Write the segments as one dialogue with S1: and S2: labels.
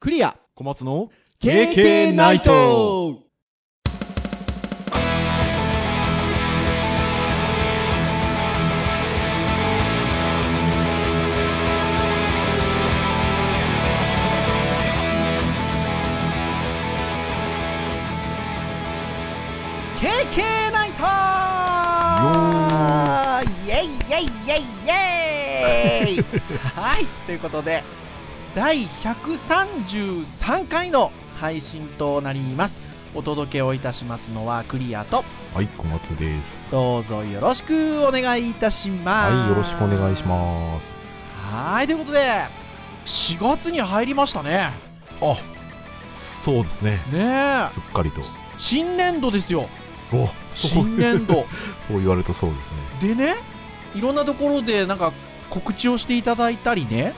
S1: クリア
S2: 小松の
S1: KK ナイト
S3: あーイエイイエイイエイイエイはいということで第133回の配信となりますお届けをいたしますのはクリアと
S2: はい小松です
S3: どうぞよろしくお願いいたします
S2: はいよろしくお願いします
S3: はいということで4月に入りましたね
S2: あそうですね
S3: ねえ
S2: すっかりと
S3: 新年度ですよ
S2: おそう
S3: 新年度
S2: そう言われるとそうですね
S3: でねいろんなところでなんか告知をしていただいたりね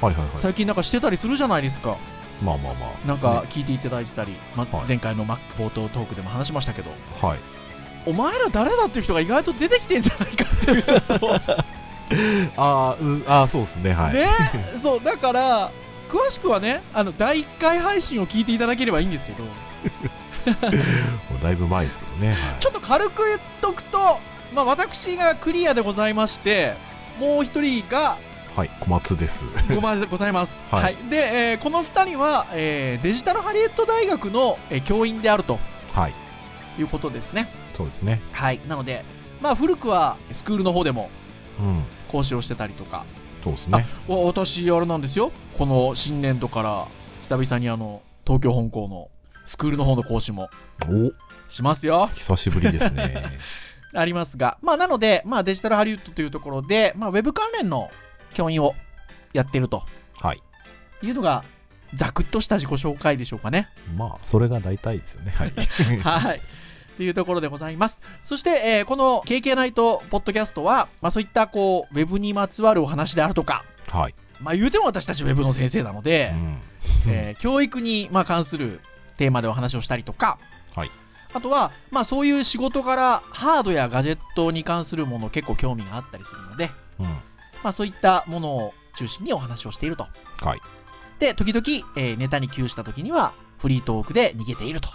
S2: はいはいはい
S3: 最近なんかしてたりするじゃないですか
S2: まあまあまあ
S3: なんか聞いていただいてたり、ま
S2: はい
S3: 前回のま冒頭トークでも話しましたけど、
S2: はい
S3: お前ら誰だっていう人が意外と出てきてんじゃないかっていう、ちょっと、
S2: あーうあーそうですねはい
S3: ね、 そう、だから、詳しくはね、あの第1回配信を聞いていただければいいんですけど、
S2: もうだいぶ前ですけどね、はい
S3: ちょっと軽く言っとくと、まあ、私がクリアでございまして、もう一人が
S2: はい小松です
S3: ごまございます。
S2: はい
S3: で、えーこの二人は、えーデジタルハリエット大学の、えー教員であると
S2: はい
S3: いうことですね。
S2: そうですね
S3: はい、なので、まあ、古くはスクールの方でも
S2: うん
S3: 講師をしてたりとか、
S2: そうですね
S3: わ私、あれなんですよ、この新年度から久々にあの東京本校のスクールの方の講師も
S2: お
S3: しますよ、
S2: 久しぶりですね
S3: ありますが、まあ、なので、まあ、デジタルハリウッドというところで、まあ、ウェブ関連の教員をやってると
S2: はい
S3: いうのが、ざくっとした自己紹介でしょうかね。
S2: まあそれが大体ですよねはい
S3: はい。というところでございます。そして、えーこの KK ナイトポッドキャストは、まあ、そういったこうウェブにまつわるお話であるとか、
S2: はい、
S3: まあ、言うても私たちウェブの先生なので、
S2: うん
S3: えー教育に、まあ、関するテーマでお話をしたりとか、
S2: はい
S3: あとは、まあ、そういう仕事からハードやガジェットに関するもの結構興味があったりするので、
S2: うん
S3: まあ、そういったものを中心にお話をしていると
S2: はい
S3: で時々、えーネタに窮した時にはフリートークで逃げていると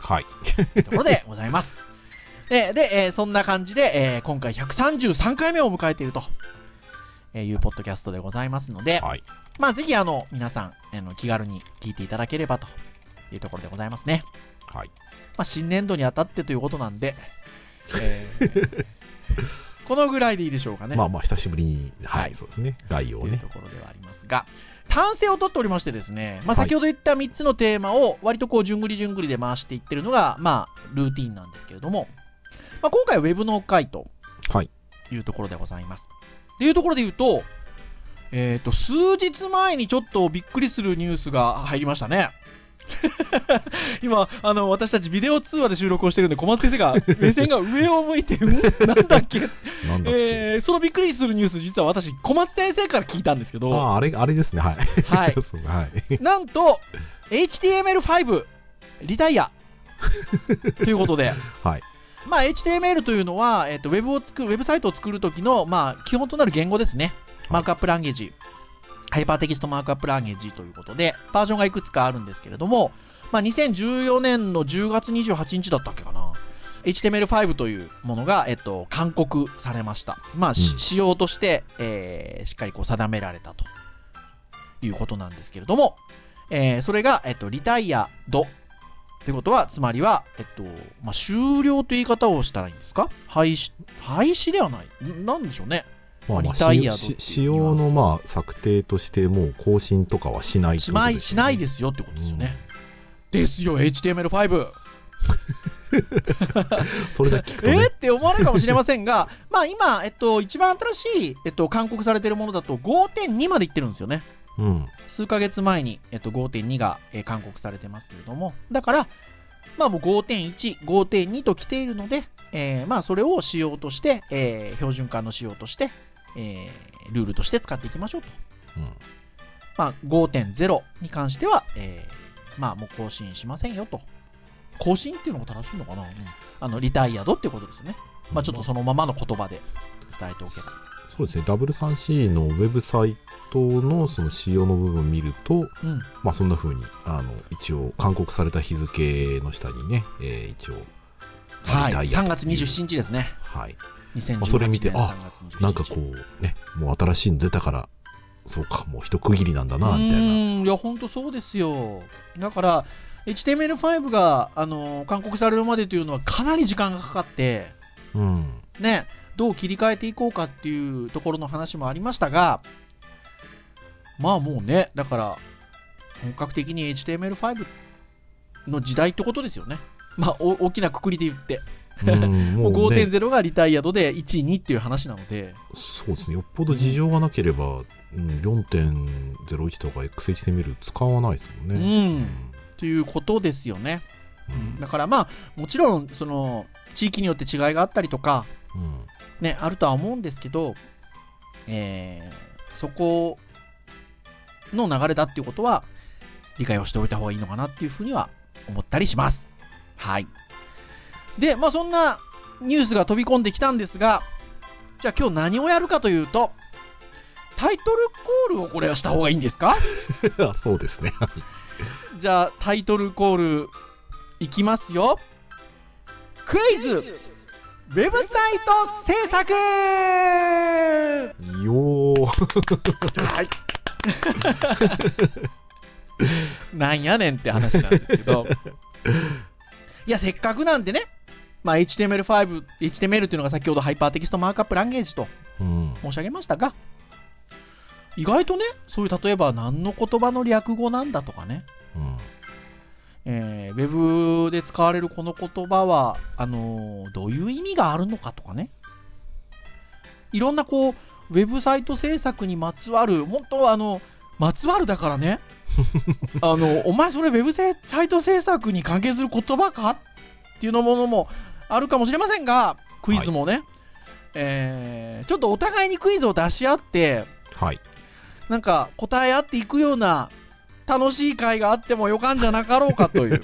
S2: はい
S3: いうところでございます でで、えーそんな感じで、えー今回133回目を迎えているとえーいうポッドキャストでございますので、
S2: はい
S3: まあ、ぜひあの皆さんあの気軽に聞いていただければというところでございますね。
S2: はい
S3: まあ、新年度にあたってということなんで、え ーこのぐらいでいいでしょうかね。
S2: まあまあ久しぶりに、はい、
S3: はい
S2: そうですね。概要
S3: と
S2: を
S3: いう
S2: ね
S3: と。ころではありますが、単性を取っておりましてですね、まあ、
S2: はい
S3: 先ほど言った3つのテーマを割とこう、じゅんぐりじゅんぐりで回していってるのが、まあ、ルーティンなんですけれども、まあ、今回は Web の回と
S2: はい
S3: いうところでございます。というところで言うと、えっ、と、数日前にちょっとびっくりするニュースが入りましたね。 今、あの、私たちビデオ通話で収録をしてるんで、小松先生が、目線が上を向いて、うん なんだっ
S2: なんだっけ。
S3: けえーそのびっくりするニュース、実は私、小松先生から聞いたんですけ
S2: あ
S3: ど、
S2: あ、あれ、あれですね。はい。
S3: はい、
S2: そうはい。
S3: なんと、HTML5、リタイアということで、
S2: はい。
S3: まあ、HTML というのは、えっとウェブを作るウェブサイトを作る時の、まあ、基本となる言語ですね、マークアップランゲージ、ハイパーテキストマークアップランゲージということで、バージョンがいくつかあるんですけれども、まあ、2014年の10月28日だったっけかな。HTML5 というものが、えっと、勧告されました。まあ、し
S2: うん
S3: 仕様として、えーしっかりこう定められたということなんですけれども、えーそれが、えっと、リタイアドってことは、つまりは、えっと、まあ、終了という言い方をしたらいいんですか廃止、廃止ではない。んなんでしょうね。
S2: まあまあ、
S3: リタイアドってい
S2: し
S3: う
S2: 仕様のまあ策定として、もう更新とかはしない
S3: しない、しない
S2: で
S3: ですよってことですよね。ですよ、HTML5。
S2: うんそれだけ聞くと
S3: え
S2: ね
S3: ー。って思われるかもしれませんが、 まあ今、えっと、一番新しい、えっと、勧告されているものだと5.2までいってるんですよね。
S2: うん。
S3: 数ヶ月前に、えっと、5.2が、えー勧告されてますけれども、だから、まあもう5.1、5.2と来ているので、えーまあそれを仕様として、えー標準化の仕様として、えールールとして使っていきましょうと。
S2: うん。
S3: まあ5.0に関しては、えーまあもう更新しませんよと。更新っていうのが正しいのかな、あの、リタイアドっていうことですよね。まあちょっとそのままの言葉で伝えておけば。
S2: そそうですね W3C のウェブサイトのその仕様の部分を見ると、
S3: うん
S2: まあ、そんな風にあの一応勧告された日付の下にね、えー一応、
S3: はい、
S2: ダイヤ
S3: 3
S2: とう
S3: 月27日ですね。
S2: はい、
S3: 2018年
S2: あそれ見てあ
S3: 3月27日
S2: なんかこうねもう新しいの出たからそうかもう一区切りなんだな
S3: う
S2: みたいな
S3: ーんいや本当そうですよだから HTML5 が、あのー勧告されるまでというのはかなり時間がかかって
S2: うん
S3: ねどう切り替えていこうかっていうところの話もありましたがまあもうねだから本格的に HTML5 の時代ってことですよねまあお大きなくくりで言って
S2: うん
S3: も
S2: も
S3: う
S2: うね
S3: 5.0がリタイアドで12っていう話なので
S2: そうですねよっぽど事情がなければ、うん、4.01とか XHTML 使わないですもんね、
S3: うんということですよね
S2: うん
S3: だからまあもちろんその地域によって違いがあったりとか、
S2: うん
S3: ね、あるとは思うんですけど、えーそこの流れだっていうことは理解をしておいた方がいいのかなっていうふうには思ったりします。はい。で、まあそんなニュースが飛び込んできたんですが、じゃあ今日何をやるかというと、タイトルコールをこれはした方がいいんですか
S2: あそうですねはい
S3: じゃあタイトルコールいきますよ。クイズウェブサイト制作
S2: よー
S3: はい。 なんやねんって話なんですけど。いや、せっかくなんでね、まあ、HTML5、HTML というのが先ほどハイパーテキストマークアップランゲージと
S2: うん
S3: 申し上げましたが、意外とね、そういう例えば何の言葉の略語なんだとかね、
S2: うん
S3: えー、ウェブで使われるこの言葉は、あのーどういう意味があるのかとかね。いろんなこう、ウェブサイト制作にまつわる、本当はあの、まつわるだからね。あの、お前それウェブサイト制作に関係する言葉かっていうのものもあるかもしれませんが、クイズもね、えーちょっとお互いにクイズを出し合って、
S2: はい
S3: なんか答え合っていくような楽しい会があってもよかんじゃなかろうかという。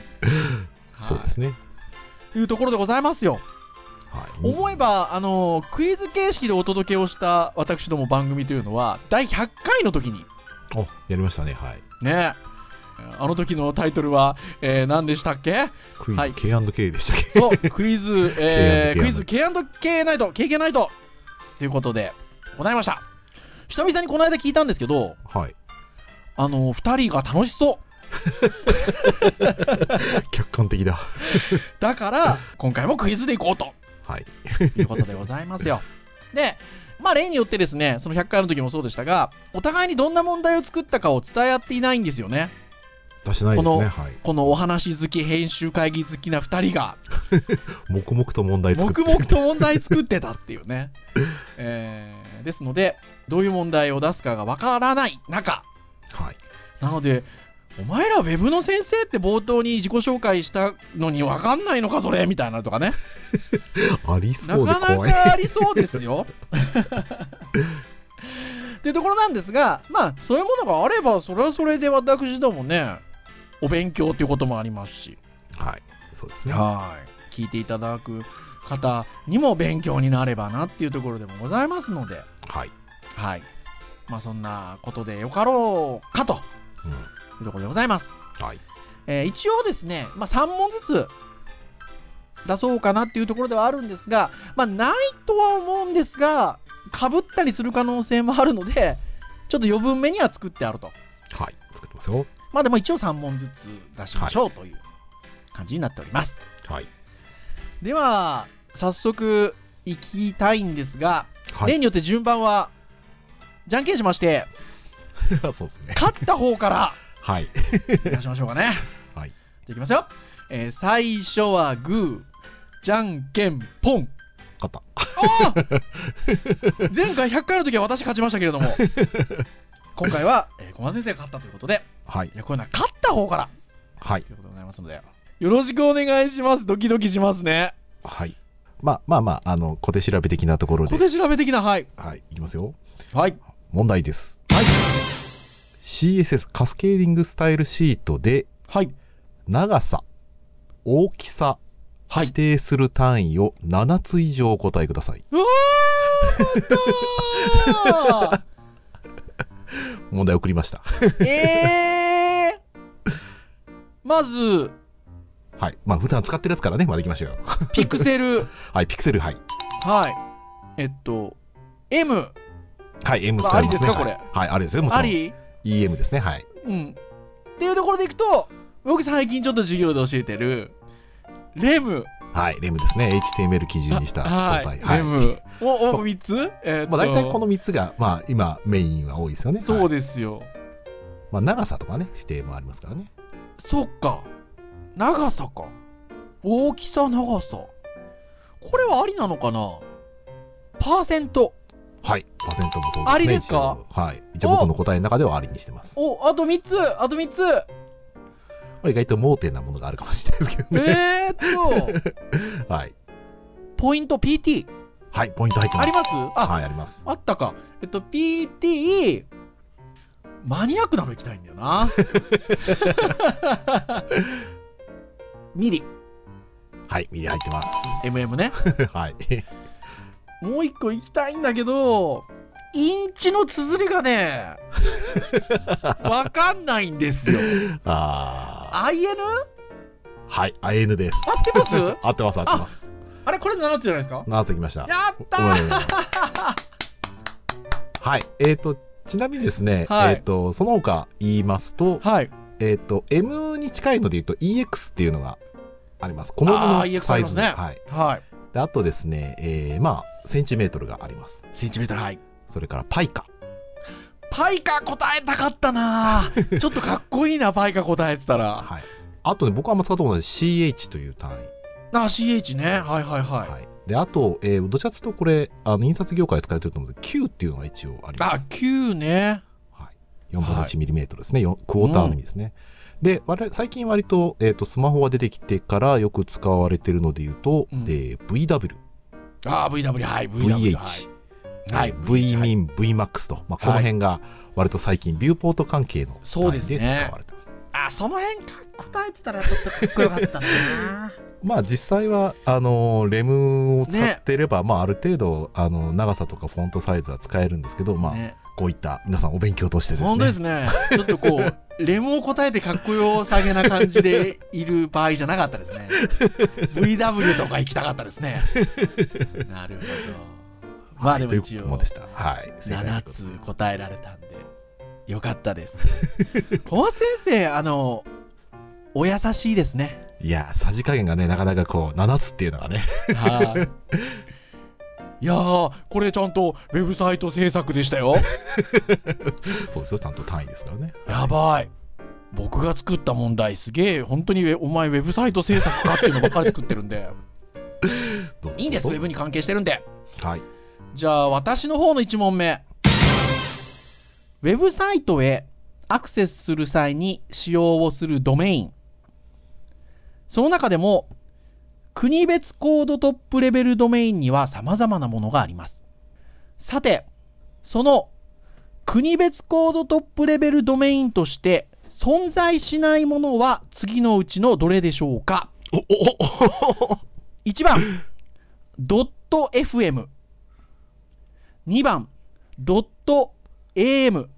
S2: そうですね
S3: はいいうところでございますよ。
S2: はい
S3: 思えば、あのクイズ形式でお届けをした私ども番組というのは、第100回の時に、
S2: あやりましたねはい
S3: ね、あの時のタイトルは、えー何でしたっけ
S2: クイズ
S3: はい
S2: K&K でしたっけ、
S3: そう、クイズ、 え
S2: K&K
S3: ークイズ K&K ナイト、KK ナイトということで、行いました。久々にこの間聞いたんですけど、
S2: はい
S3: あの2人が楽しそう。
S2: 客観的だ
S3: だから、今回もクイズで行こうと。
S2: はい
S3: ということでございますよ。 で、まあ例によってですね、その100回の時もそうでしたが、お互いにどんな問題を作ったかを伝え合っていないんですよね。
S2: 出してないです
S3: こ
S2: ね
S3: の
S2: はい
S3: このお話好き、編集会議好きな2人が、
S2: 黙々と問題作って
S3: 黙々と問題作ってたっていうね。えーですので、どういう問題を出すかがわからない中、
S2: はい
S3: なので、お前らウェブの先生って冒頭に自己紹介したのにわかんないのかそれみたいなのとかね。
S2: あり
S3: な
S2: そうで
S3: かな
S2: 怖い
S3: かありそうです よ。っていうところなんですが、まあ、そういうものがあれば、それはそれで私どもね、お勉強ということもありますし、
S2: はいそうですね
S3: はい聞いていただく方にも勉強になればなっていうところでもございますので、
S2: はい、
S3: はい。まあ、そんなことでよかろうかと
S2: うん
S3: いうところでございます。
S2: はい
S3: えー一応ですね、まあ、3問ずつ出そうかなっていうところではあるんですが、まあ、ないとは思うんですが、かぶったりする可能性もあるので、ちょっと余分目には作ってあると。
S2: はい作ってますよ
S3: まあでも一応3問ずつ出しましょうという感じになっております。
S2: はい
S3: では、早速いきたいんですが、
S2: は
S3: 例
S2: い
S3: によって順番は、じゃんけんしまして、
S2: そうですね
S3: 勝った方から
S2: はい
S3: 出しましょうかね。
S2: はい。
S3: じゃあいきますよ。えー最初はグー、じゃんけんポン。
S2: 勝った
S3: おー前回100回の時は私勝ちましたけれども、今回は、えー、駒先生が勝ったということで、
S2: はい
S3: いや、これな、勝った方から
S2: はい
S3: ということでございますので、よろしくお願いします。ドキドキしますね。
S2: はいまあまあまああの小手調べ的なところ
S3: 小
S2: で
S3: 手調べ的な、はい。
S2: はいいきますよ
S3: はい。
S2: 問題です
S3: はい
S2: CSS カスケーディングスタイルシートで
S3: はい。
S2: 長さ大きさ
S3: はい
S2: 指定する単位を7つ以上お答えください、
S3: うわかっ
S2: 問題送りました。
S3: たえー、まず、
S2: はい。まあ、普段使ってるやつからね、まだ行きましょうよ。
S3: ピクセル。
S2: はい、ピクセル、はい。
S3: はい。えっと、M。
S2: はい、M
S3: まあ
S2: 使いますね。
S3: ありですかこれ
S2: はい、ありですよ、もち
S3: あ
S2: ろん。
S3: り
S2: EM ですね、はい。
S3: うん。っていうところでいくと、僕最近ちょっと授業で教えてる、レム。
S2: はい、レムですね。HTML 基準にした
S3: あ
S2: 相
S3: は
S2: 対。
S3: い
S2: はい。
S3: レ
S2: ま
S3: ム。お、お、3つえーっと
S2: あ、大体この3つが、まあ、今、メインは多いですよね。はい
S3: そうですよ。
S2: まあ、長さとかね、指定もありますからね。
S3: そっか。長さか。大きさ、長さ。これはありなのかなパーセント。
S2: はい。パーセントもそうですね。
S3: ありですか
S2: 一応はい。一応僕の答えの中ではありにしてます。
S3: お、あと3つあと3つ
S2: これ意外と盲点なものがあるかもしれないですけどね。
S3: えーっ と、
S2: はい。
S3: ポイント PT。
S2: はい、ポイント入ってま
S3: あ
S2: す。
S3: りますあ、
S2: はい、あります。
S3: あったか。えっと、PT、マニアックなの行きたいんだよな。ミリ、
S2: はい、ミリ入ってます。
S3: MM ね。
S2: はい。
S3: もう一個行きたいんだけど、インチの綴りがね、わかんないんですよ。
S2: あ
S3: IN?
S2: ー。はい、IN です。
S3: 合ってます
S2: 合ってます、合ってます。
S3: あれこれ7つじゃないですか
S2: なってきました。
S3: やった
S2: おめ
S3: ー
S2: でとうございますはい、えっ、と、ちなみにですね、
S3: はい
S2: えっ、と、その他言いますと、
S3: はい。
S2: えっ、と、M に近いので言うと EX っていうのがあります。小物
S3: あー
S2: の
S3: EX あ
S2: サ
S3: り
S2: イ
S3: ます
S2: ズ
S3: ね
S2: のはい。
S3: はい。
S2: で、あとですね、えー、まあ、センチメートルがあります。
S3: センチメートルはい。
S2: それからパイカ。
S3: パイカ答えたかったなーちょっとかっこいいな、パイカ答えてたら。
S2: はい。あとね、僕はあんま使ったことない CH という単位。
S3: あ、CH ね。はいはいはい。
S2: はい、であと、えー、どちらかというとこれあの印刷業界で使われてると思うんですけど Q っていうのが一応ありま
S3: あ
S2: す、
S3: 9ね。
S2: はい、4分の 1mm ですね、よんクォーターの意味ですね、で我々最近割と,、えー、とスマホが出てきてからよく使われてるので言うと、
S3: うん
S2: えー VW、
S3: あー VW、はい、VW。
S2: VH、
S3: はい、
S2: V
S3: はい
S2: min、VMAX と、まあ、この辺が割と最近ビューポート関係の
S3: そう
S2: 単
S3: で
S2: 位
S3: す
S2: で
S3: ね
S2: 使われてます。
S3: あ、その辺か答えてたらちょっとかっこよかったな
S2: まあ実際はあのレムを使っていれば、まあある程度あの長さとかフォントサイズは使えるんですけ ど、まあ、
S3: ね。
S2: こういった皆さんお勉強としてですね。
S3: 本当ですね。ちょっとこ う、レムを答えてかっこよさげな感じでいる場合じゃなかったですね。VW とか行きたかったで すね。なるほど。まあでも
S2: はいと
S3: 一
S2: いう
S3: 応、
S2: ものでした。はい。正解
S3: 7つ答えられたんで、よかった です。小松先生、あの、お優しいですね。
S2: いや、さじ加減がね、なかなかこう、7つっていうのがね。
S3: はい。いやー、これちゃんとウェブサイト制作でしたよ。
S2: そうですよ、ちゃんと単位ですからね。
S3: やばい。僕が作った問題すげえ、本当にウェお前ウェブサイト制作かっていうのばっかり作ってるんで。
S2: どうぞ
S3: いいんです、
S2: ど
S3: ウ
S2: う
S3: ェ
S2: ぞ
S3: ブに関係してるんで。
S2: はい。
S3: じゃあ、私の方の1問目。ウェブサイトへアクセスする際に使用をするドメイン。その中でも、国別コードトップレベルドメインには様々なものがあります。さて、その国別コードトップレベルドメインとして存在しないものは次のうちのどれでしょうか
S2: お、お、お、
S3: 1番、ドット .fm。2番、ドット .am。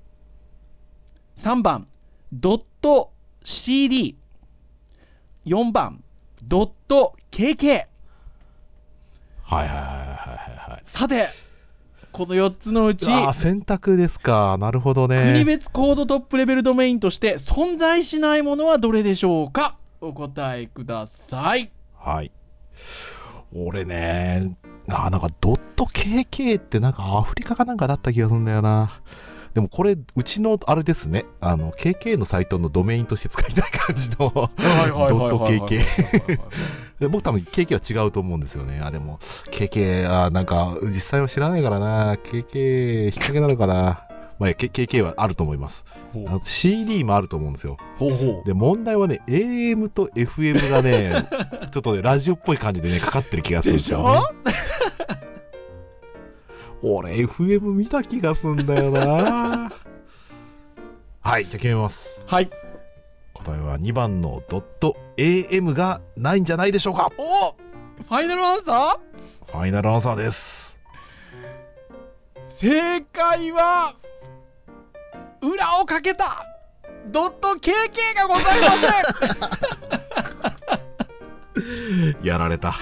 S3: 3番、ドット .cd。4番、ドット .kk。
S2: はいはいはいはいはい。
S3: さて、この4つのうち、
S2: あー、選択ですか。なるほど
S3: 国
S2: ね。
S3: 別コードトップレベルドメインとして存在しないものはどれでしょうかお答えください。
S2: はい。俺ね、あーなんかドット KK ってなんかアフリカかなんかだった気がするんだよな。でもこれ、うちのあれですね、あの、KK のサイトのドメインとして使いたい感じの
S3: はい
S2: はいはいはいはいドット KK で僕多分経験は違うと思うんですよね。あ、でも、経験、あ、なんか、実際は知らないからな。経験、引っ掛けなのかな。まあ、経験はあると思います。
S3: ほ
S2: あの CD もあると思うんですよ。
S3: うほう。
S2: で、問題はね、AM と FM が ね、ちょっとね、ラジオっぽい感じでね、かかってる気がするんで
S3: で
S2: す
S3: し
S2: よ、ね
S3: ょ。
S2: 俺、FM 見た気がすんだよな。 はい、じゃあ決めます。
S3: はい。
S2: 答えは2番のドット AM がないんじゃないでしょうか。
S3: おファイナルアンサ
S2: ファイナルアンサーです。
S3: ー正解は、裏をかけたドット KK がございま
S2: やられた。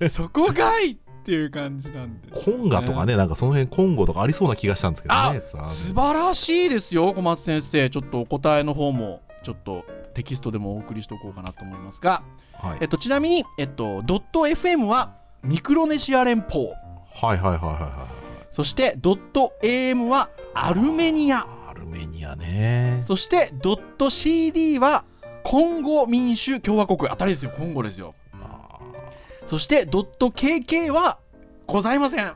S3: せんそこかいっていう感じなんで。
S2: コンガとかね、なんかその辺コンゴとかありそうな気がしたんですけど
S3: あ
S2: ね。残念
S3: 素晴らしいですよ、小松先生。ちょっとお答えの方も、ちょっとテキストでもお送りしておこうかなと思いますが、
S2: はい
S3: えっと、ちなみに、えっと、ドット FM はミクロネシア連邦、
S2: はいはいはいはいはい。
S3: そしてドット AM はアルメニア、
S2: アルメニアね。
S3: そしてドット CD はコンゴ民主共和国、当たりですよ、コンゴですよ。
S2: あ
S3: そしてドット KK はございま せん。
S2: ー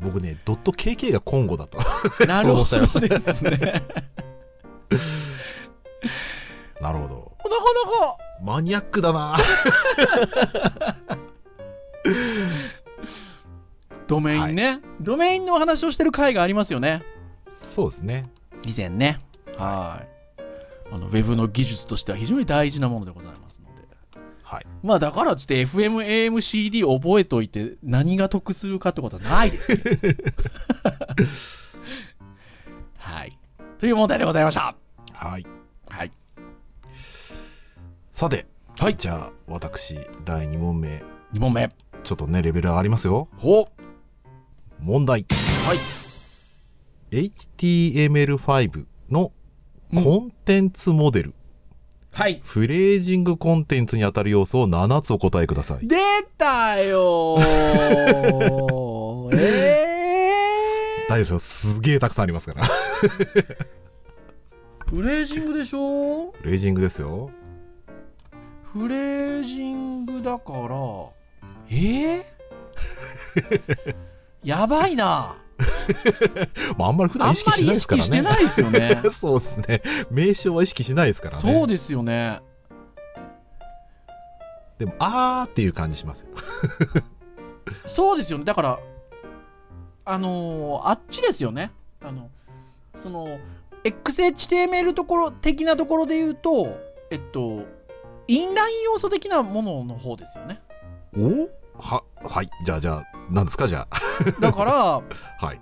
S2: 僕ね、ドット KK がコンゴだと。
S3: なるほ
S2: そうおっしゃいまし
S3: どですね。なか
S2: なるほど。
S3: なか
S2: マニアックだな。
S3: ドメインね、ドメインのお話をしてる回がありますよね。
S2: そうですね。
S3: 以前ね。はい。あのウェブの技術としては非常に大事なものでございますので。
S2: はい。
S3: まあだからちょっと FM、AM、CD を覚えておいて何が得するかってことはないですね。 はい。という問題でございました。
S2: はい。
S3: はい。
S2: さて、
S3: はい
S2: じゃあ、私、第2問目。
S3: 2問目。
S2: ちょっとね、レベル上がりますよ。
S3: ほう。
S2: 問題。はい。HTML5 のコンテンツモデル、
S3: はい。
S2: フレージングコンテンツにあたる要素を7つお答えください。
S3: 出たよ ーえー
S2: 大丈夫ですよ。すげえたくさんありますから。
S3: フレージングでしょ
S2: フレージングですよ。
S3: フレージングだから えー、やばいな
S2: まあ、あんまり普
S3: あ
S2: 段
S3: ん
S2: 意識
S3: ま
S2: しな
S3: り
S2: い
S3: 意
S2: ですか
S3: 識
S2: ら
S3: して
S2: ね。
S3: ないですよね
S2: そうですね。名称は意識しないですからね。
S3: そうですよね
S2: でも、あーっていう感じしますよ。
S3: そうですよねだからあのーあっちですよねあのその XHTML ところ的なところで言うとえっとインライン要素的なものの方ですよね
S2: おは、はい。じゃあ、じゃあ、何ですかじゃあ。
S3: だから
S2: はい。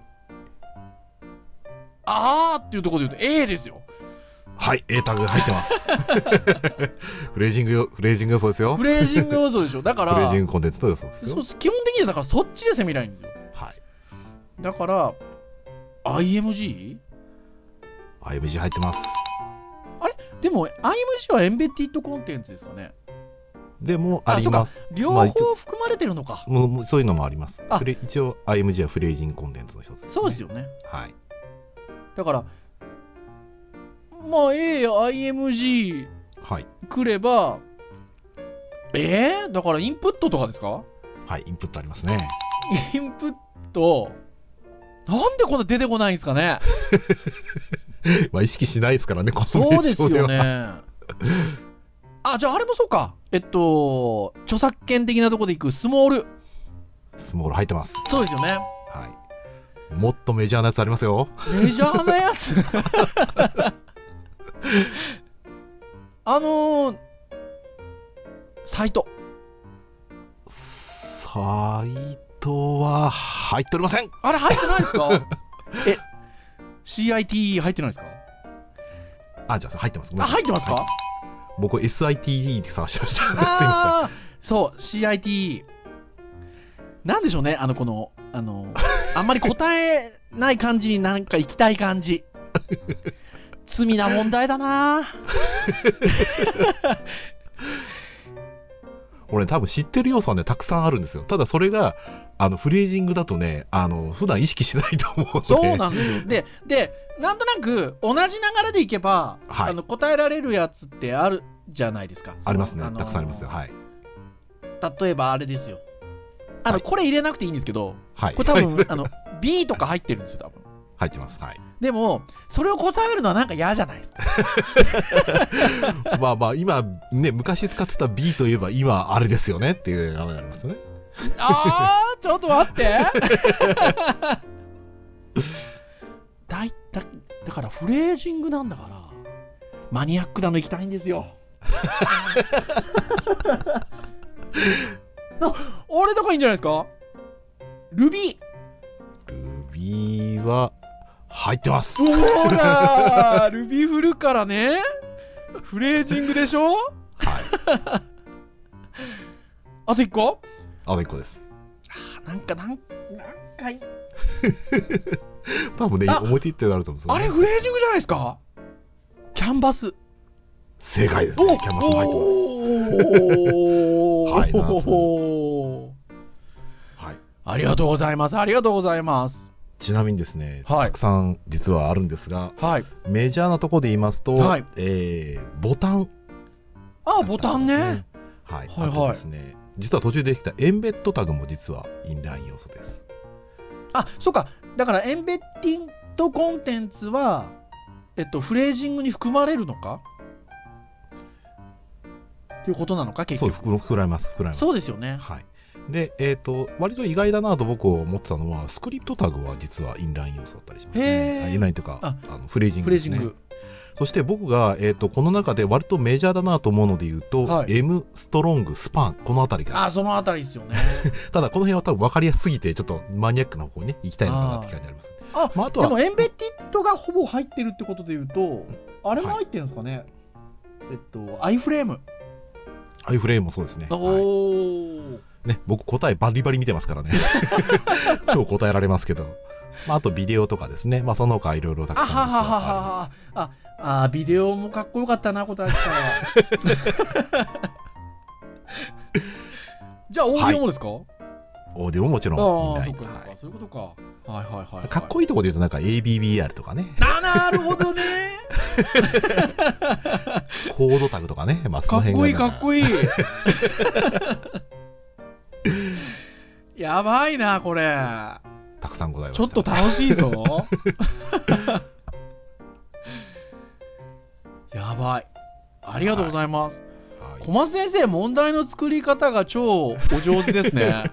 S3: あーっていうところで言うと A ですよ
S2: はい。A タグ入って ます。フレージングよ、フレージング予想ですよ。
S3: フ
S2: フ
S3: レージング要素でしょだから
S2: レージングコンテンツの予想です
S3: そう
S2: よ。
S3: です基本的にはだからそっちで攻めないんですよ
S2: はい。
S3: だから IMG?
S2: IMG 入ってます。
S3: でも IMG はエンベティッドコンテンツですかね
S2: でも、
S3: あ
S2: あります。
S3: 両
S2: まあ一
S3: 方含まれてるのか、
S2: もうもうそういうのもあります。
S3: あ
S2: フレ一応、IMG はフレージングコンテンツの一つです、ね。
S3: そうです
S2: よ。
S3: よね
S2: はい。
S3: だからまあ AIMG
S2: はい。
S3: 来ればえー、だからインプットとかですか
S2: はい。インプットあります ね。
S3: インプットなんでこんな出てこないんですかね
S2: まあ、意識しないですからね、この
S3: そう
S2: 名
S3: です
S2: 称で
S3: よ
S2: は。
S3: ね。あ、じゃああれもそうか。えっと、著作権的なとこでいくスモール。
S2: スモール入ってます。
S3: そうですよね。
S2: はい。もっとメジャーなやつありますよ。
S3: メジャーなや つ。あのー、サイト。
S2: サイトは入っておりません。
S3: あれ入ってないで すかえ、CITE 入ってないですか
S2: あ、じゃあ入ってます。ごめん
S3: あ、
S2: なさい
S3: 入ってますか、
S2: はい僕 SITE で探してました。 すいま
S3: あーそう、CIT。なんでしょうね、あの、この、あの、あんまり答えない感じになんか行きたい 感じ。罪な問題だな
S2: せん。俺多分知ってる要素はね、たくさんあるんですよ。ただそれが、あの、フレージングだとね、あの、普段意識しないと思うので。
S3: そうなんですよ。で、で、なんとなく同じ流れでいけば、
S2: はい
S3: あの答えられるやつってあるじゃないですか。
S2: ありますね
S3: そ。の
S2: たくさんありますよ。はい。
S3: 例えばあれですよ。あの、
S2: はい
S3: これ入れなくていいんですけど、
S2: はい。
S3: これ多分、
S2: はい
S3: あの B とか入ってるんですよ、多分。
S2: 入ってます。はい。
S3: でも、それを答えるのはなんか嫌じゃないですか。
S2: まあまあ、今、ね、昔使ってた B といえば、今、あれですよねっていう名前がありますよね。
S3: あー、ちょっと待って。 だいだだからフレージングなんだからマニアックなの行きたいんです よ。あ俺とかいいんじゃないですかルビー
S2: ルビ次は、入ってます。
S3: ほ らールビフルからねフレージングでしょ
S2: はい。
S3: あと1個
S2: あと1個です。
S3: あなんかなんなんかい
S2: 多分ね、
S3: あ
S2: 思い切ってなると思うんです
S3: あれ
S2: よ、ね。
S3: フレージングじゃないですかキャンバス
S2: 正解です、ね。キャンバスも入ってます。
S3: おー
S2: はいなんです
S3: おー
S2: はい、
S3: ありがとうございますありがとうございます
S2: ちなみにですね、
S3: はい
S2: たくさん実はあるんですが、
S3: はい
S2: メジャーなところで言いますと、
S3: はい
S2: えーボタン
S3: あ
S2: だったんですね、
S3: ボタンね。
S2: はい、
S3: はいはい
S2: あとですね、実は途中でできたエンベッドタグも実はインライン要素です。
S3: あそうかだからエンベッティングコンテンツはえっとフレージングに含まれるのかということなのか結
S2: そう、
S3: 局
S2: 膨膨らみます、膨らみます。
S3: そうですよね
S2: はい。で、えっ、と、割と意外だなと僕は思ってたのは、スクリプトタグは実はインライン要素だったりします
S3: へ
S2: ね。
S3: ー
S2: あインラインというか、
S3: あ
S2: あのフレージング
S3: フレ
S2: です
S3: ージン
S2: ね。
S3: グ
S2: そして僕が、えー、とこの中で割とメジャーだなと思うので言うと、
S3: はい
S2: M ストロングスパンこの辺りが
S3: あそのあたりですよね
S2: ただこの辺は多分分かりやすすぎてちょっとマニアックな方向に、ね、行きたいのかなって感じあります
S3: あ
S2: まあ、あと
S3: でも
S2: は
S3: エンベティットがほぼ入ってるってことでいうとあれも入ってるんですかね、えっとアイフレーム
S2: アイフレームもそうですね,、
S3: お
S2: は
S3: ー
S2: い、ね僕答えバリバリ見てます からね超答えられますけど、まあ、あとビデオとかですね、まあ、その他いろいろたく
S3: あ
S2: さ
S3: は
S2: ん
S3: は
S2: 実
S3: はは
S2: はあ
S3: はああービデオもかっこよかったな答えてたら じゃあオーディオもですか、
S2: りますオーディオももちろんイン
S3: ああ
S2: ラ
S3: そ
S2: イ
S3: う
S2: ン
S3: かそうか、
S2: は
S3: そういうことかはいはいはい、はい
S2: い、かっこいいところで言うとなんか ABBR とかね
S3: ななるほど ね
S2: コードタグとかね、まあ、そ
S3: か
S2: の
S3: っ
S2: 辺
S3: こいい
S2: がな
S3: か
S2: ん
S3: っこ いいやばいなこれ
S2: たくさんございます
S3: ちょっと楽しいぞやばいありがとうございます、
S2: はい
S3: 小松先生問題の作り方が超お上手ですね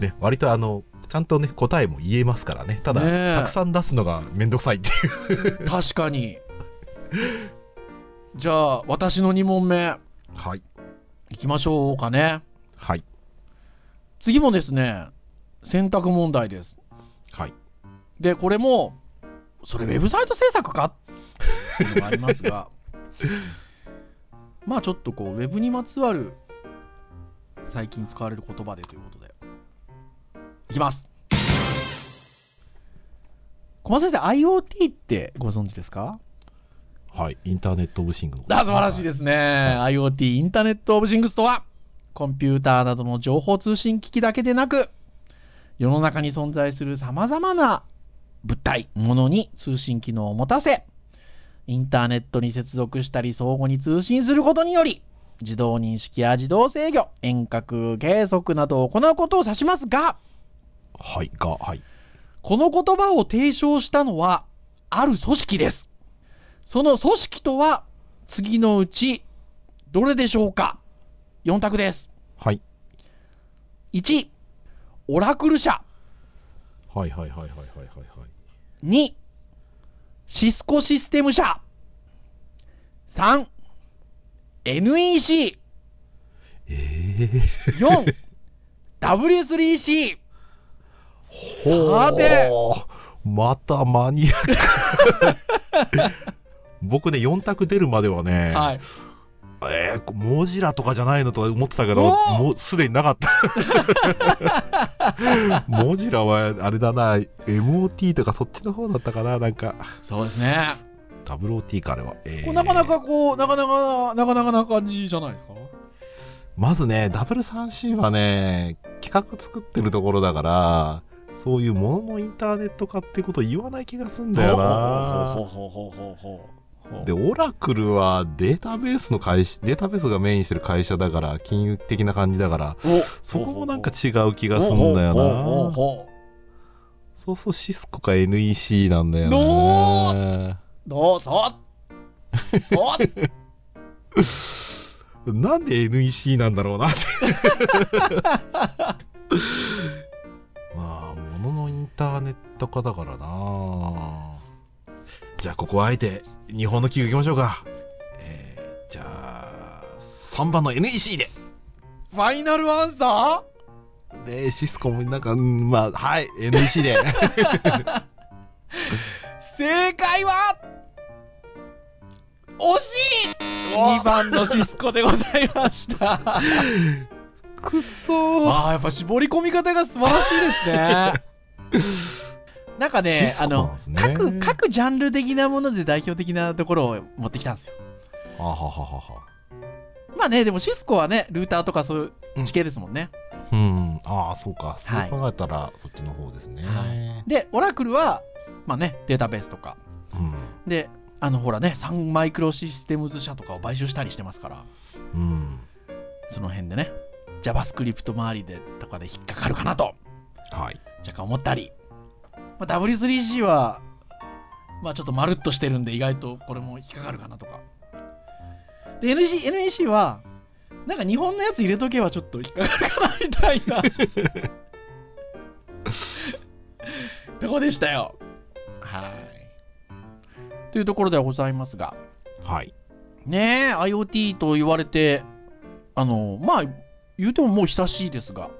S2: ね、割とあのちゃんとね答えも言えますからねただ
S3: ねえ
S2: たくさん出すのがめんどくさいっていう
S3: 確かにじゃあ私の2問目
S2: はい
S3: いきましょうかね
S2: はい
S3: 次もですね選択問題です
S2: はい
S3: でこれもそれウェブサイト制作かっていうのがありますが まあちょっとこうウェブにまつわる最近使われる言葉でということでいきます小松先生 IoT ってご存知ですか
S2: はいインターネットオブシングのこと
S3: あ素晴らしいですね、IoT インターネット・オブ・シングスとはコンピューターなどの情報通信機器だけでなく世の中に存在するさまざまな物体ものに通信機能を持たせインターネットに接続したり相互に通信することにより自動認識や自動制御遠隔計測などを行うことを指しますが
S2: はいがはい
S3: この言葉を提唱したのは、ある組織です。その組織とは、次のうち、どれでしょうか ?4 択です。
S2: はい
S3: 1、オラクル社。
S2: はいはいはいはいはいはいはい
S3: 2、シスコシステム社。3、NEC。
S2: え
S3: 4、W3C。
S2: えー、
S3: さて
S2: ほーまたマニアック 僕ね4択出るまではね、
S3: はい。
S2: えー、モジラとかじゃないのとか思ってたけど
S3: おー
S2: もうすでになかった モジラはあれだな MOT とかそっちの方だったかななんか
S3: そうですね。
S2: WOT かあれは、えー
S3: こうなかなかこう、なかなか、なかなかな感じじゃないですか
S2: まずね W3C はね企画作ってるところだからそういうもののインターネット化ってことを言わない気がすんだよ
S3: ほう
S2: な
S3: ほうほうほうほうほう
S2: でオラクルはデータベースの会社データベースがメインしてる会社だから金融的な感じだから
S3: お
S2: そこもなんか違う気がすんだよ
S3: ほうほうほう
S2: な
S3: ほ
S2: そうそうシスコか NEC なんだよ
S3: ど
S2: な
S3: うどうぞどう
S2: なんで NEC なんだろうなって まあもののインターネット化だからなじゃあここはあえて日本の企業行きましょうか、えーじゃあ3番の NEC で
S3: ファイナルアンサ
S2: で、シスコもなんか、うんまあ、はい、NEC で。
S3: 正解は惜しい
S2: お
S3: !2 番のシスコでございました。あ
S2: くそー。
S3: あ、やっぱ絞り込み方が素晴らしいですね。なんかね、
S2: シス
S3: あ
S2: コな
S3: の
S2: ん、ですね
S3: 各、各ジャンル的なもので代表的なところを持ってきたんですよ。
S2: あはははは。
S3: まあね、でもシスコはね、ルーターとかそういう地形ですもんね。
S2: うん、ああ、そうか。そう
S3: はい
S2: 考えたら、そっちの方ですね。
S3: はで、オラクルは、まあね、データベースとか。で、あの、ほらね、サンマイクロシステムズ社とかを買収したりしてますから、
S2: うん。うん。
S3: その辺でね、JavaScript 周りでとかで引っかかるかなと、
S2: はい。
S3: 若干思ったり。まあ、W3C は、まあちょっとまるっとしてるんで、意外とこれも引っかかるかなとか。で、NEC, NEC は、なんか日本のやつ入れとけばちょっと引っかかるかなみたいな。とこでしたよ。はい。というところではございますが。
S2: はい。
S3: ねえ、IoT と言われて、あの、まあ、言うてももう親しいですが、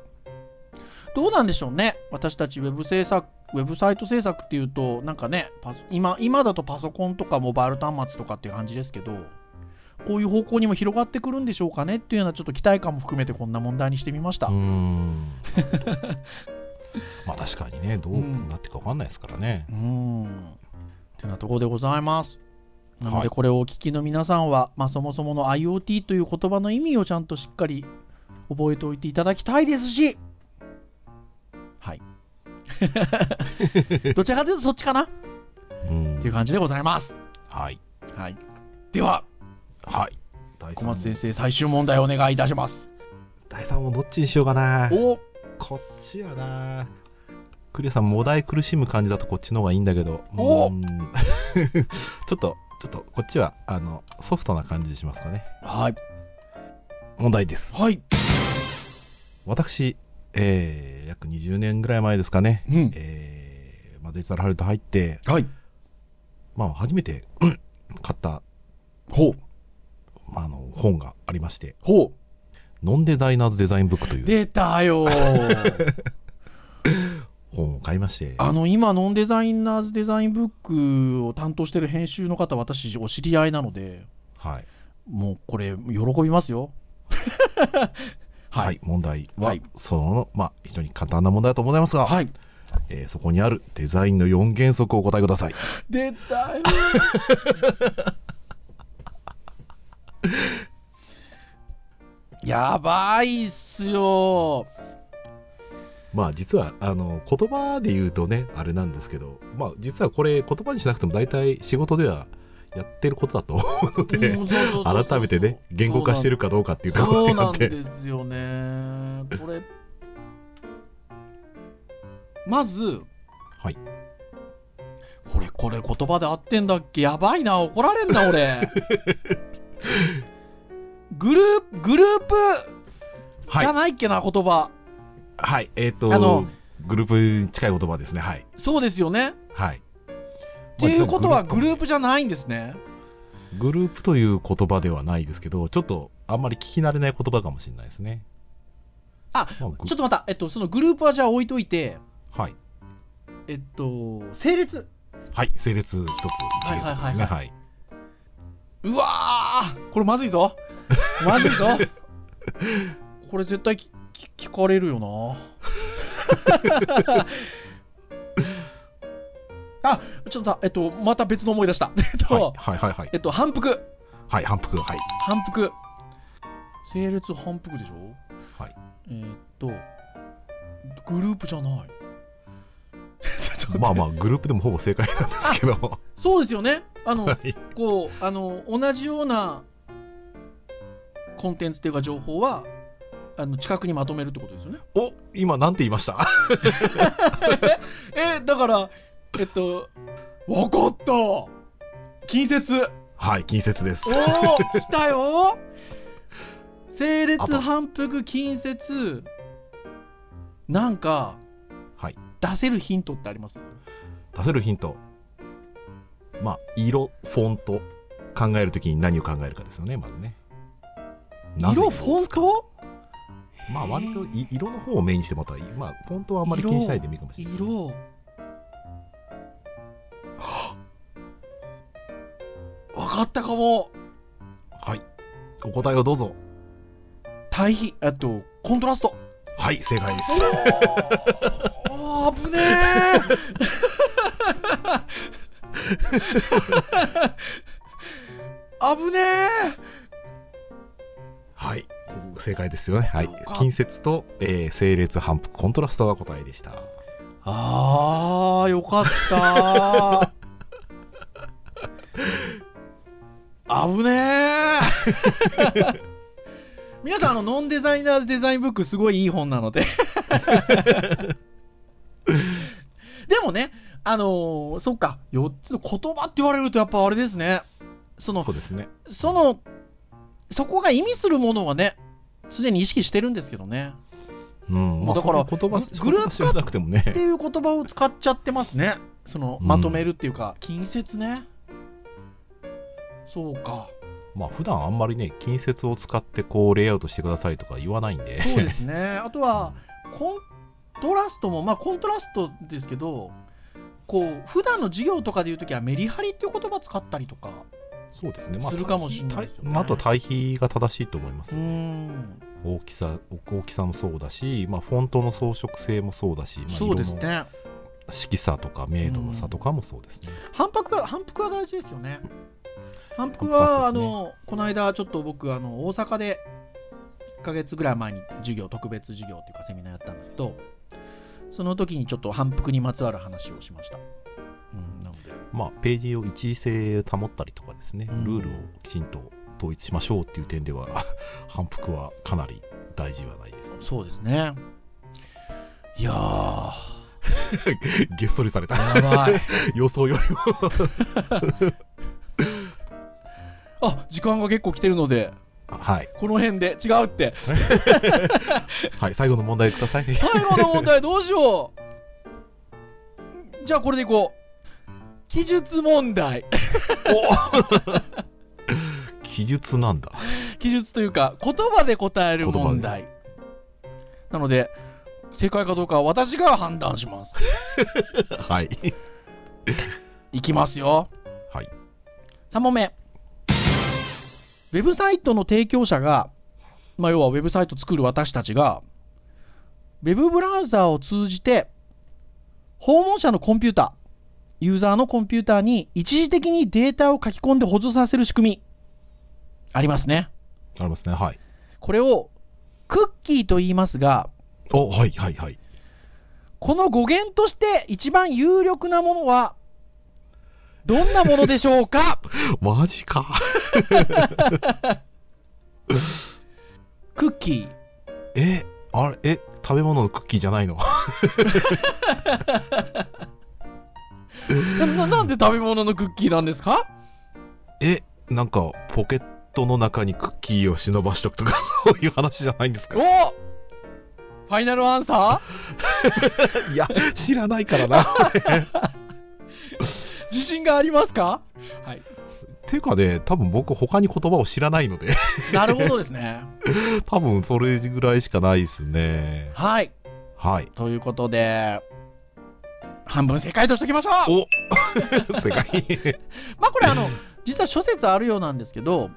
S3: どうなんでしょうね。私たちウェブ制作、ウェブサイト制作っていうと、なんかね、パソ今、今だとパソコンとかモバイル端末とかっていう感じですけど、こういう方向にも広がってくるんでしょうかねっていうようなちょっと期待感も含めてこんな問題にしてみました。
S2: うーん。 まあ、確かにね、どう
S3: うん
S2: なってかわかんないですからね。
S3: うーん。てなところでございます。なの
S2: はい
S3: でこれをお聞きの皆さんは、まあ、そもそもの IoT という言葉の意味をちゃんとしっかり覚えておいていただきたいですし、はい。 どちらかというとそっちかなっ
S2: うん
S3: ていう感じでございます。
S2: はい。
S3: はい。では、
S2: はい。第
S3: 小
S2: 三
S3: 松先
S2: 問
S3: 生、最終問題お願いいたします。
S2: 第3問どっちにしようかな。
S3: お
S2: こっちやな。クリアさん、もだい苦しむ感じだとこっちの方がいいんだけど。
S3: お
S2: うーん ちょっと、ちょっと、こっちは、あの、ソフトな感じにしますかね。
S3: はい。
S2: 問題です。
S3: はい。
S2: 私、えー、約20年ぐらい前ですかね。
S3: うん。
S2: えーまあ、デジタルハリウッド入って、
S3: はい。
S2: まあ、初めてうん買った、
S3: ほう。
S2: まあ、あの本がありまして、
S3: ほ。
S2: ノンデザイナーズデザインブックというう
S3: 出たよ ー。
S2: 本を買いまして、
S3: あの今、ノンデザイナーズデザインブックを担当してる編集の方、私、お知り合いなので、
S2: はい。
S3: もうこれ、喜びますよ。
S2: はい、
S3: はい。
S2: 問題は、
S3: はい
S2: その、まあ、非常に簡単な問題だと思いますが、
S3: はい。
S2: えーそこにあるデザインの4原則をお答えください。
S3: 出たよ。 やばいっすよ。
S2: まあ、実は、あの、言葉で言うとね、あれなんですけど、まあ、実はこれ、言葉にしなくても大体仕事ではやってることだと思うの で、改めてね、言語化して
S3: る
S2: るかどうかっていうとこ
S3: そ
S2: ろ
S3: う
S2: によ
S3: な
S2: っ
S3: ん
S2: て。
S3: ですよね。これ、まず、
S2: はい。
S3: これ、これ、言葉で合ってんだっけやばいな、怒られん な、俺。グループ、グループ
S2: はい
S3: じゃ。ないっけな、言葉。
S2: はい、えっ、
S3: あの
S2: と、グループに近い言葉ですね、はい。
S3: そうですよね。
S2: はい。
S3: っていうことは、グルー
S2: プ
S3: プじゃないんですね。
S2: グループという言葉ではないですけど、ちょっとあんまり聞き慣れない言葉かもしれないですね。
S3: あ
S2: まグ
S3: ちょっとまた、えっと、そのグループはじゃあ置いといて、
S2: はい。
S3: えっと、整列。
S2: はい、整列一つ、一列で
S3: はいは
S2: す
S3: い
S2: ね。
S3: はいは
S2: はい。
S3: うわーこれまず いぞまずいぞこれ絶対きき聞かれるよ なあちょっとえっとまた別の思い出したえ っと、
S2: はい、はい、はい、はい
S3: え。っと反復
S2: はい、反復、はい。
S3: 反復整列反復でしょ
S2: はい
S3: えーっとグループじゃないちょっと待って
S2: まあまあ、グループでもほぼ正解なんですけど。
S3: そうですよね あの
S2: はい。
S3: こうあの同じようなコンテンツというか情報はあの近くにまとめるってことですよね。
S2: お、今なんて言いました
S3: えだからえっとわかった近接お
S2: はい、近接です。
S3: お来たよ整列
S2: あと
S3: 反復近接なんか、
S2: はい
S3: 出せるヒントってあります
S2: 出せるヒント。まあ、色、フォント、考えるときに何を考えるかですよね、まずね。なぜ
S3: 色
S2: を
S3: フォン
S2: 使う
S3: ト
S2: まあ割とい色の方をメインにしてもらったらいい、まあ、フォントはあんまり気にしないでもいいかもしれない。
S3: 色わかったかも
S2: はい。お答えをどうぞ。
S3: 対比えっとコントラスト
S2: はい、正解です。
S3: あー危ね え危ねえ
S2: はい。正解ですよね。はい
S3: そうか。
S2: 近接と、えー、整列反復コントラストが答えでした。
S3: あーよかったあぶねえ皆さんあのノンデザイナーズデザインブックすごいいい本なので でもねあのーそっか4つ言葉って言われるとやっぱあれですねその
S2: そうですね。
S3: そのそこが意味するものはねすでに意識してるんですけどね
S2: うん。まあ、
S3: だから
S2: その言葉、
S3: グループ
S2: 知らなくても
S3: って
S2: ね。
S3: いう言葉を使っちゃってますね。その
S2: うん
S3: まとめるっていうか、近接ね。そうか。
S2: まあ、普段あんまりね、近接を使ってこう、レイアウトしてくださいとか言わないんで。
S3: そうで すね。あとは、コントラストも、まあコントラストですけど、こう、普段の授業とかで言うときはメリハリっていう言葉使ったりとか。
S2: そうですね。まあ、
S3: するかもしれないです
S2: 対
S3: よね
S2: 比まああとは対比が正しいと思います
S3: うー
S2: よね、
S3: ん。
S2: 大きさ、大きさもそうだし、まあ、フォントの装飾性もそうだし、まあ、
S3: そうです
S2: 色の
S3: ね。
S2: 色差とか明度の差とかもそうですね。
S3: 反復は、反復は大事ですよね。反復
S2: 反
S3: は、あ
S2: 復は
S3: の、この間ちょっと僕、あの、大阪で、1ヶ月ぐらい前に授業、特別授業っていうかセミナーやったんですけど、その時にちょっと反復にまつわる話をしました。うん、なので。
S2: まあ、ページを一位性保ったりとかですね、
S3: うん
S2: ルールをきちんと統一しましょうっていう点では反復はかなり大事はないです
S3: そうですね。いやー、
S2: げっそりされた
S3: やばい。
S2: 予想よりも
S3: あ、時間が結構来てるので、
S2: はい、
S3: この辺で違うって。
S2: はい、最後の問題くださ い
S3: 最後の問題どうしようじ ゃあこれでいこう記述問題
S2: 記述なんだ
S3: 記述というか言葉で答える問題なので正解かどうかは私が判断します
S2: はい
S3: いきますよ
S2: はい
S3: 3問目ウェブサイトの提供者が、まあ、要はウェブサイト作る私たちがウェブブラウザーを通じて訪問者のコンピュータユーザーのコンピューターに一時的にデータを書き込んで保存させる仕組みありますね
S2: ありますねはい
S3: これをクッキーと言いますが
S2: おはいはいはい
S3: この語源として一番有力なものはどんなものでしょ うか
S2: マジか
S3: クッキー
S2: えあれえ食べ物のクッキーじゃないの
S3: なななんで食べ物のクッキーなんですか
S2: えなんかポケットの中にクッキーを忍ばしとくとか そういう話じゃないんです
S3: お
S2: か
S3: ファイナルアンサ
S2: いや知らないからな
S3: ー自信がありますかはい。
S2: ていうかね、多分僕他に言葉を知らないので、
S3: なるほどですね。
S2: 多分それぐらいしかないですね。
S3: はい。
S2: はい。
S3: ということで、半分正解としておきましょう
S2: お 世 界。
S3: まあこれあの、実は諸説あるようなんですけど、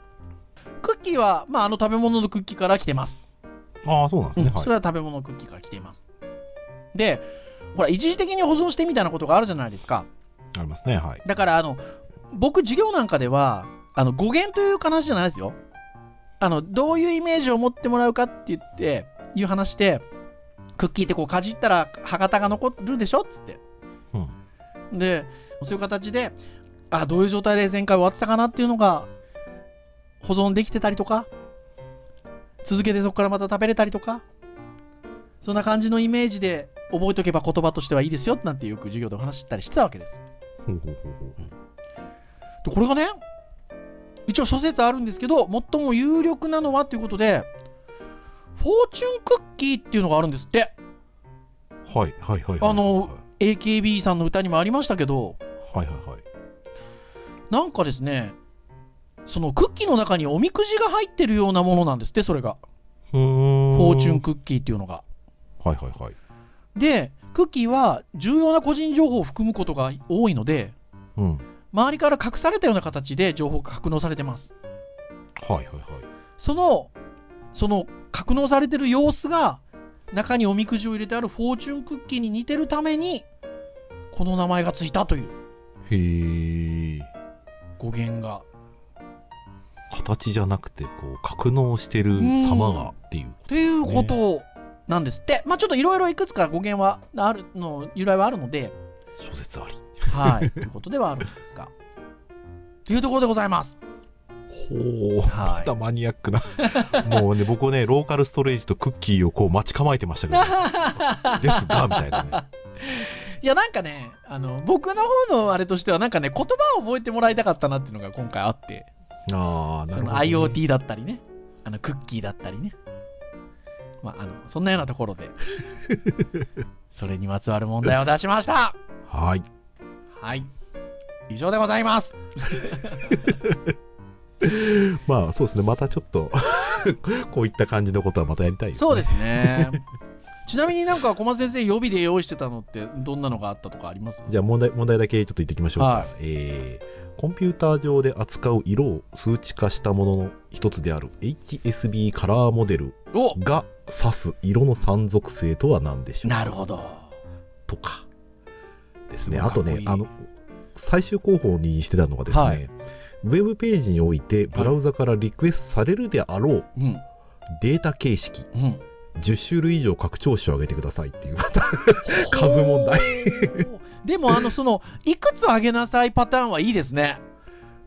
S3: クッキーは、まああの食べ物のクッキーから来てます。
S2: ああ、そうなんですね。
S3: うん
S2: は
S3: それは食べ物のクッキーから来ています。で、ほら、一時的に保存してみたいなことがあるじゃないですか。
S2: い。ありますね。はい。
S3: だからあの僕授業なんかではあの語源という話じゃないですよあのどういうイメージを持ってもらうかって言っていう話でクッキーってこうかじったら歯型が残るでしょっつって
S2: うん。
S3: でそういう形であどういう状態で前回終わってたかなっていうのが保存できてたりとか続けてそこからまた食べれたりとかそんな感じのイメージで覚えとけば言葉としてはいいですよなんてよく授業でお話ししたりしてたわけです
S2: ほうほうほうほう。
S3: でこれがね一応諸説あるんですけど最も有力なのはということでフォーチュンクッキーっていうのがあるんですって
S2: はいはいはい。
S3: あの、AKB さんの歌にもありましたけど
S2: はいはいはい。
S3: なんかですねそのクッキーの中におみくじが入ってるようなものなんですってそれが
S2: うーん。
S3: フォーチュン
S2: ク
S3: クッキーっていうのが。
S2: はいはいはい
S3: で、クッキーは重要な個人情報を含むことが多いので、
S2: うんはい
S3: 周りから隠されたような形で情報が格納されてます。
S2: はいはい
S3: その、その格納されてる様子が、中におみくじを入れてあるフォーチュンクッキーに似てるために、この名前がついたという
S2: へえ
S3: 語源が。
S2: 形じゃなくてこう格納してる様がっていう
S3: ということなんですって、まあちょっといろいろいくつか語源はあるの由来はあるので、
S2: 諸説あり
S3: はい、ということではあるんですが。というところでございます。
S2: ほう、
S3: はい
S2: またマニアックなもうね僕ねローカルストレージとクッキーをこう待ち構えてましたけ ど ですがみたいなね
S3: いや、なんかね、あの僕の方のあれとしては、なんかね、言葉を覚えてもらいたかったなっていうのが今回あって、
S2: ああな
S3: そ
S2: るほ
S3: の
S2: ど、ね、
S3: IoT だったりね、あのクッキーだったりね、まあ、あのそんなようなとこ ろで、それにまつわる問題を出しました。
S2: はい
S3: はい、以上でございます。
S2: まあそうですねまたちょっと こういった感じのことはまたやりたいです、ね、
S3: そうですね。 ちなみになんか小松先生予備で用意してたのってどんなのがあったとかあります
S2: じゃあ問題問題だけちょっと言っていきましょうか、
S3: はい
S2: えーコンピューター上で扱う色を数値化したものの一つである HSB カラーモデル
S3: お
S2: が指す色の三属性とは何でしょう
S3: なるほど。
S2: とかですね
S3: すごい
S2: あと
S3: かっこ
S2: ね
S3: いい
S2: あの最終候補にしてたのがですね、
S3: はい
S2: ウェブページにおいてブラウザからリクエストされるであろう
S3: うん。
S2: データ形式
S3: うん。
S2: 10種類以上拡張子を上げてくださいっていう 数問題
S3: ほう。でもあのそのいくつあげなさいパターンはいいですね。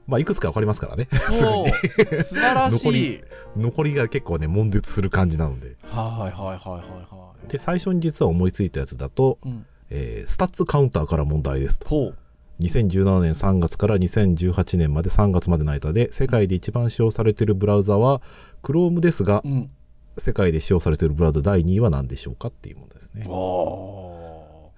S2: まあいくつか分かりますからね すぐ
S3: そ
S2: に
S3: う。素晴らし
S2: 残
S3: い
S2: り。残りが結構ね悶絶する感じなので
S3: はいはいはいはいは
S2: で最初に実は思いついたやつだと、
S3: い。うん。
S2: えースタッツカウンターから問題ですと
S3: ほう。
S2: 2017年3月から2018年まで3月までの間で世界で一番使用されているブラウザは Chrome ですが
S3: うん。
S2: 世界で使用されているブラウザ第2位は何でしょうかっていうものですね
S3: おお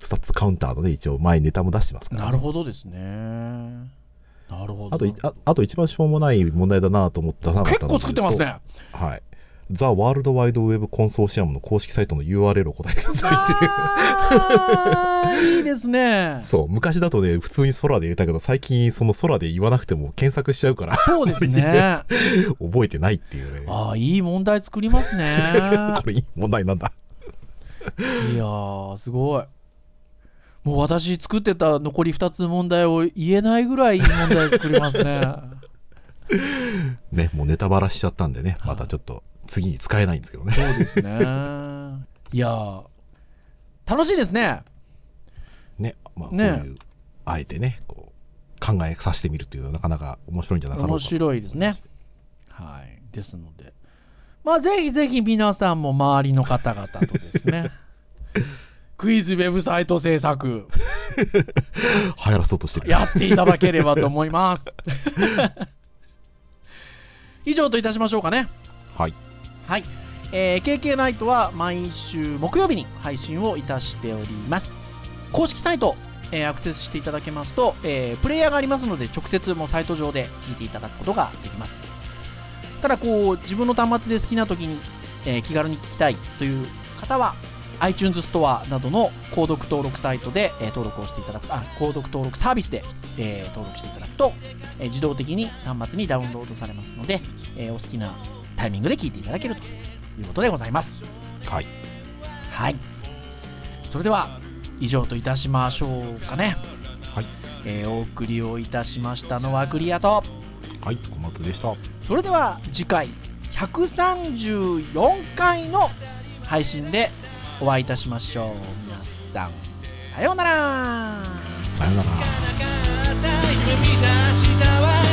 S2: スタッツカウンターのね一応前ネタも出してます
S3: ー。
S2: から、
S3: なるほどですね。なるほど。
S2: あといああと一番しょうもない問題だなと思って出さなかっ
S3: 結
S2: たの
S3: 構作ってます
S2: で
S3: ね。
S2: 言うとはいザ・ワールド・ワイド・ウェブ・コンソーシアムの公式サイトの URL を答えてくださいって。
S3: あーいいですね
S2: そう昔だとね普通に空で言ったけど最近その空で言わなくても検索しちゃうから
S3: そうですね。
S2: 覚えてないっていうね
S3: ああ、いい問題作り ますね。いや
S2: これいい問題なんだ
S3: ー、すごい。もう私作ってた残り2つ問題を言えないぐらいいい問題作ります ね。
S2: ね、もうネタバラしちゃったんでね、またちょっと次に使えないんですけどね。
S3: そうですね。いやー、楽しいですね。
S2: ね、まあ、こうい
S3: ね
S2: う、あえてね、こう、考えさせてみるというのはなかなか面白いんじゃなかろうか
S3: 面白いですね。はい。ですので。まあ、ぜひぜひ皆さんも周りの方々とです ね。クイズウェブサイト制作
S2: 流行らそうとしてる。
S3: やっていただければと思 います。以上といたしましょうかね。
S2: はい。
S3: はい、えー KK ナイトは毎週木曜日に配信をいたしております公式サイト、えーアクセスしていただけますと、えープレイヤーがありますので直接もうサイト上で聞いていただくことができますただこう自分の端末で好きな時に、えー気軽に聞きたいという方は iTunes ストアなどの購読登録サイトで、えー登録をしていただくあ購読登録サービスで、えー登録していただくと、えー自動的に端末にダウンロードされますので、えーお好きなタイミングで聞いていただけるということでございます
S2: はい。
S3: はいそれでは以上といたしましょうかね
S2: はい、
S3: えーお送りをいたしましたのはクリアと
S2: はい、小松でした。
S3: それでは次回134回の配信でお会いいたしましょう皆さんさようなら
S2: さよなら。
S4: 夢見た明日は